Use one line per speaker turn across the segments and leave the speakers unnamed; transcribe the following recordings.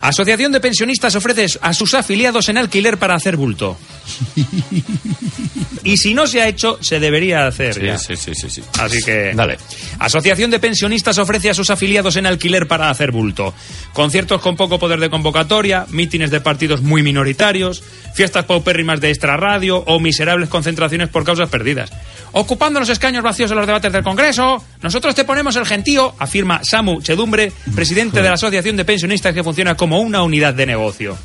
Asociación de Pensionistas ofrece a sus afiliados en alquiler para hacer bulto. Y si no se ha hecho, se debería hacer. ya.
Sí, sí, sí, sí, sí.
Así que.
Dale.
Asociación de Pensionistas ofrece a sus afiliados en alquiler para hacer bulto. Conciertos con poco poder de convocatoria, mítines de partidos muy minoritarios, fiestas paupérrimas de extrarradio o miserables concentraciones por causas perdidas. Ocupando los escaños vacíos en los debates del Congreso, nosotros te ponemos el gentío, afirma Samu Chedumbre, presidente de la Asociación de Pensionistas que funciona como una unidad de negocio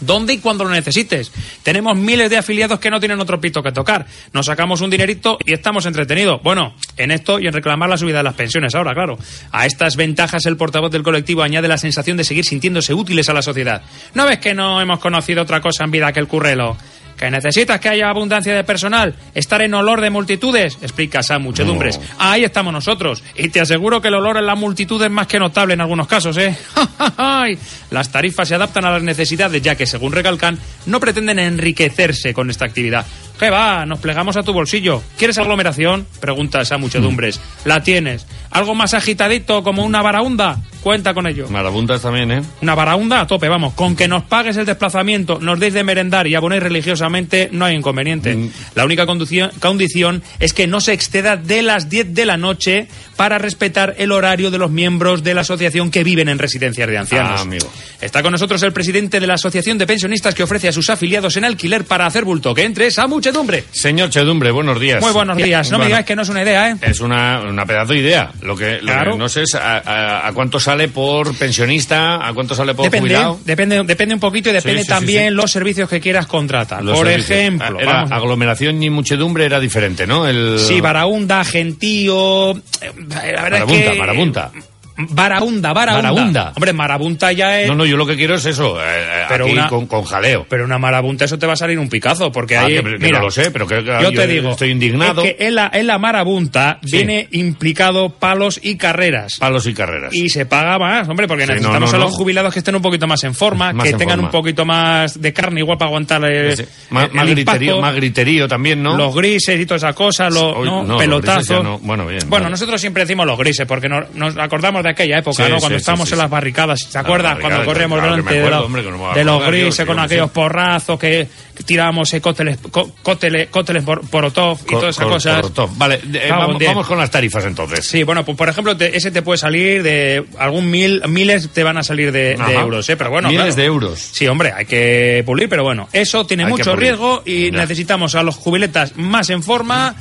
dónde y cuando lo necesites. Tenemos miles de afiliados que no tienen otro pito que tocar. Nos sacamos un dinerito y estamos entretenidos. Bueno, en esto y en reclamar la subida de las pensiones ahora, claro. A estas ventajas el portavoz del colectivo añade la sensación de seguir sintiéndose útiles a la sociedad. ¿No ves que no hemos conocido otra cosa en vida que el currelo? Que necesitas que haya abundancia de personal, estar en olor de multitudes, explica Samu Chedumbres. Ahí estamos nosotros. Y te aseguro que el olor en la multitud es más que notable en algunos casos, ¿eh? ¡Ay! las tarifas se adaptan a las necesidades, ya que, según recalcan, no pretenden enriquecerse con esta actividad. ¿Qué va? Nos plegamos a tu bolsillo. ¿Quieres aglomeración? Pregunta Samu Chedumbres. ¿La tienes? ¿Algo más agitadito como una varaunda? Cuenta con ello.
Marabuntas también, ¿eh?
Una varaunda a tope, vamos. Con que nos pagues el desplazamiento, nos deis de merendar y abonéis religiosamente, no hay inconveniente.
Mm.
La única conducio- condición es que no se exceda de las 10 de la noche para respetar el horario de los miembros de la asociación que viven en residencias de ancianos.
Ah, amigo.
Está con nosotros el presidente de la Asociación de Pensionistas que ofrece a sus afiliados en alquiler para hacer bulto. Que entre esa muchedumbre.
Señor Chedumbre, buenos días.
Muy buenos días. No me
Bueno,
digáis que no es una idea, ¿eh?
Es una, una pedazo de idea. Lo que, lo
Claro.
que no sé es a, a- a cuánto sale por pensionista, a cuánto sale por
Depende,
jubilado.
depende, depende un poquito y depende
sí, sí,
también
sí.
los servicios que quieras contratar.
Los
Por
servicios.
ejemplo,
Ah, era
vamos a-
aglomeración y muchedumbre era diferente, ¿no? El...
Sí, Barahunda, Gentío. eh, La verdad es
Marabunta,
que-
marabunta.
Barahunda, Barahunda.
Marabunda.
Hombre, Marabunta ya es.
No, no, yo lo que quiero es eso, eh, eh,
Pero
aquí
una-
con, con jaleo.
Pero una marabunta, eso te va a salir un picazo, porque
Ah,
ahí.
que- que
mira,
no lo sé, pero que- que
yo,
yo
te digo.
estoy indignado.
es que en la, en la marabunta
Sí.
viene implicado palos y carreras.
Palos y carreras.
Y se paga más, hombre, porque
Sí, no,
necesitamos
no,
a
no.
los jubilados que estén un poquito más en forma,
Más
que
en
tengan
forma.
un poquito más de carne igual para aguantar eh,
Ese- Más,
el
más
impacto.
griterío, más griterío también, ¿no?
Los grises y todas esas cosas, los
Hoy-
¿no?
no, los grises
pelotazos.
ya no. Bueno, bien, vale.
nosotros siempre decimos los grises porque nos, nos acordamos de aquella época,
Sí,
¿no?
sí,
Cuando
sí,
estábamos
sí,
en
sí.
las barricadas, ¿se
Las
acuerdan? Cuando
barricadas,
corríamos
claro que
delante
me
de,
acuerdo,
los-
hombre, que no me voy a
de los
acordar yo,
grises
yo
con
qué sé.
aquellos porrazos que que tirábamos eh, cócteles, co- cócteles, cócteles por- porotov y
Cor-
todas esas
cor-
cosas.
corrupto. Vale, de- eh,
Vamos,
vamos,
bien.
vamos con las tarifas entonces.
Sí, bueno, pues por ejemplo, te- ese te puede salir de algún mil, miles te van a salir de, de
Ajá.
euros, ¿eh? Pero bueno,
Miles
claro.
de euros.
Sí, hombre, hay que pulir, pero bueno, eso tiene
Hay que
mucho
pulir.
riesgo y
Ya.
necesitamos a los jubiletas más en forma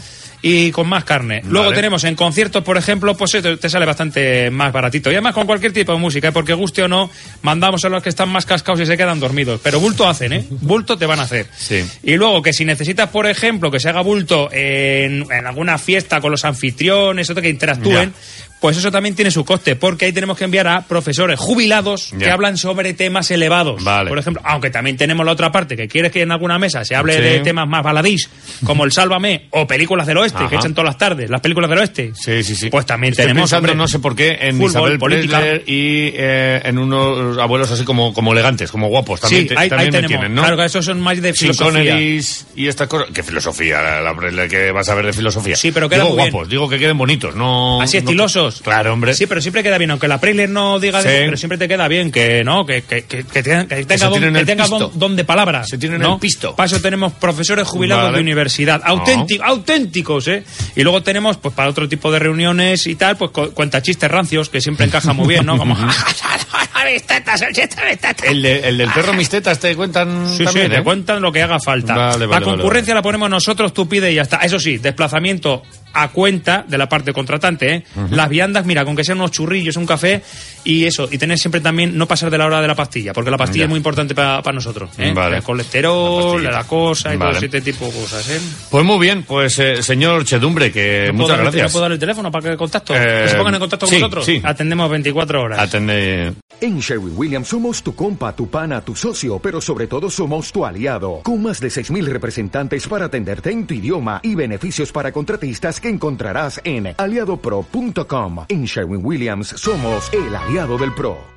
y con más carne. Luego
Vale.
tenemos en conciertos, por ejemplo, pues esto te sale bastante más baratito. Y además con cualquier tipo de música, ¿eh? porque guste o no, mandamos a los que están más cascados y se quedan dormidos. Pero bulto hacen, ¿eh? Bulto te van a hacer.
Sí.
Y luego que si necesitas, por ejemplo, que se haga bulto en, en alguna fiesta con los anfitriones, otro que interactúen, pues eso también tiene su coste, porque ahí tenemos que enviar a profesores jubilados que
Ya.
hablan sobre temas elevados.
Vale.
Por ejemplo, aunque también tenemos la otra parte, que quieres que en alguna mesa se hable
Sí.
de temas más baladís, como el Sálvame o películas del oeste, que
Ajá.
echan todas las tardes, las películas del oeste.
Sí, sí, sí.
Pues también
Estoy
tenemos,
pensando,
hombre,
no sé por qué, en
fútbol,
Isabel
política.
Preisler y eh, en unos abuelos así como, como elegantes, como guapos. También,
Sí,
te-
ahí, ahí
también me
tenemos.
tienen, ¿no?
Claro que esos son más de
Sean
filosofía.
Connerys y estas cosas. ¿Qué filosofía? La, la Preisler que vas a ver de filosofía.
Sí, pero queda
Digo
muy bien.
guapos, digo que queden bonitos, no...
Así
no-
estilosos.
Claro, hombre.
Sí, pero siempre queda bien, aunque la Preisler no diga
Sí.
eso, pero siempre te queda bien que no, que, que, que, que tenga, que tenga
se
don,
tienen
que
el
tenga
pisto.
don- don de palabra.
Se tienen
¿no?
el pisto.
Para eso tenemos profesores jubilados
Vale.
de universidad, auténti- auténticos, ¿eh? Y luego tenemos, pues para otro tipo de reuniones y tal, pues cu- cuentachistes rancios, que siempre encaja muy bien, ¿no? Como... mis tetas, mis tetas.
El, de- el del perro mis tetas te cuentan
Ah. Sí,
también,
sí,
¿eh?
te cuentan lo que haga falta.
Vale, vale,
la
vale,
concurrencia la ponemos nosotros, tú pides y ya está. Eso sí, desplazamiento a cuenta de la parte contratante. ¿eh? Las viandas, mira, con que sean unos churrillos, un café y eso. Y tener siempre también, no pasar de la hora de la pastilla, porque la pastilla
Ya.
es muy importante para nosotros. ¿eh?
Vale.
El colesterol,
La
la,
pastilla.
cosa y
Vale.
todo ese tipo de cosas. ¿eh?
Pues muy bien, pues eh, señor Chedumbre, que
¿No puedo
muchas
darle- ¿no
gracias.
puedo darle el teléfono para que contacto?
Eh,
que se pongan en contacto con
sí,
nosotros.
sí.
Atendemos 24 horas.
Atende.
En Sherwin Williams somos tu compa, tu pana, tu socio, pero sobre todo somos tu aliado, con más de 6.000 representantes para atenderte en tu idioma y beneficios para contratistas que encontrarás en aliadopro.com. En Sherwin Williams somos el aliado del PRO.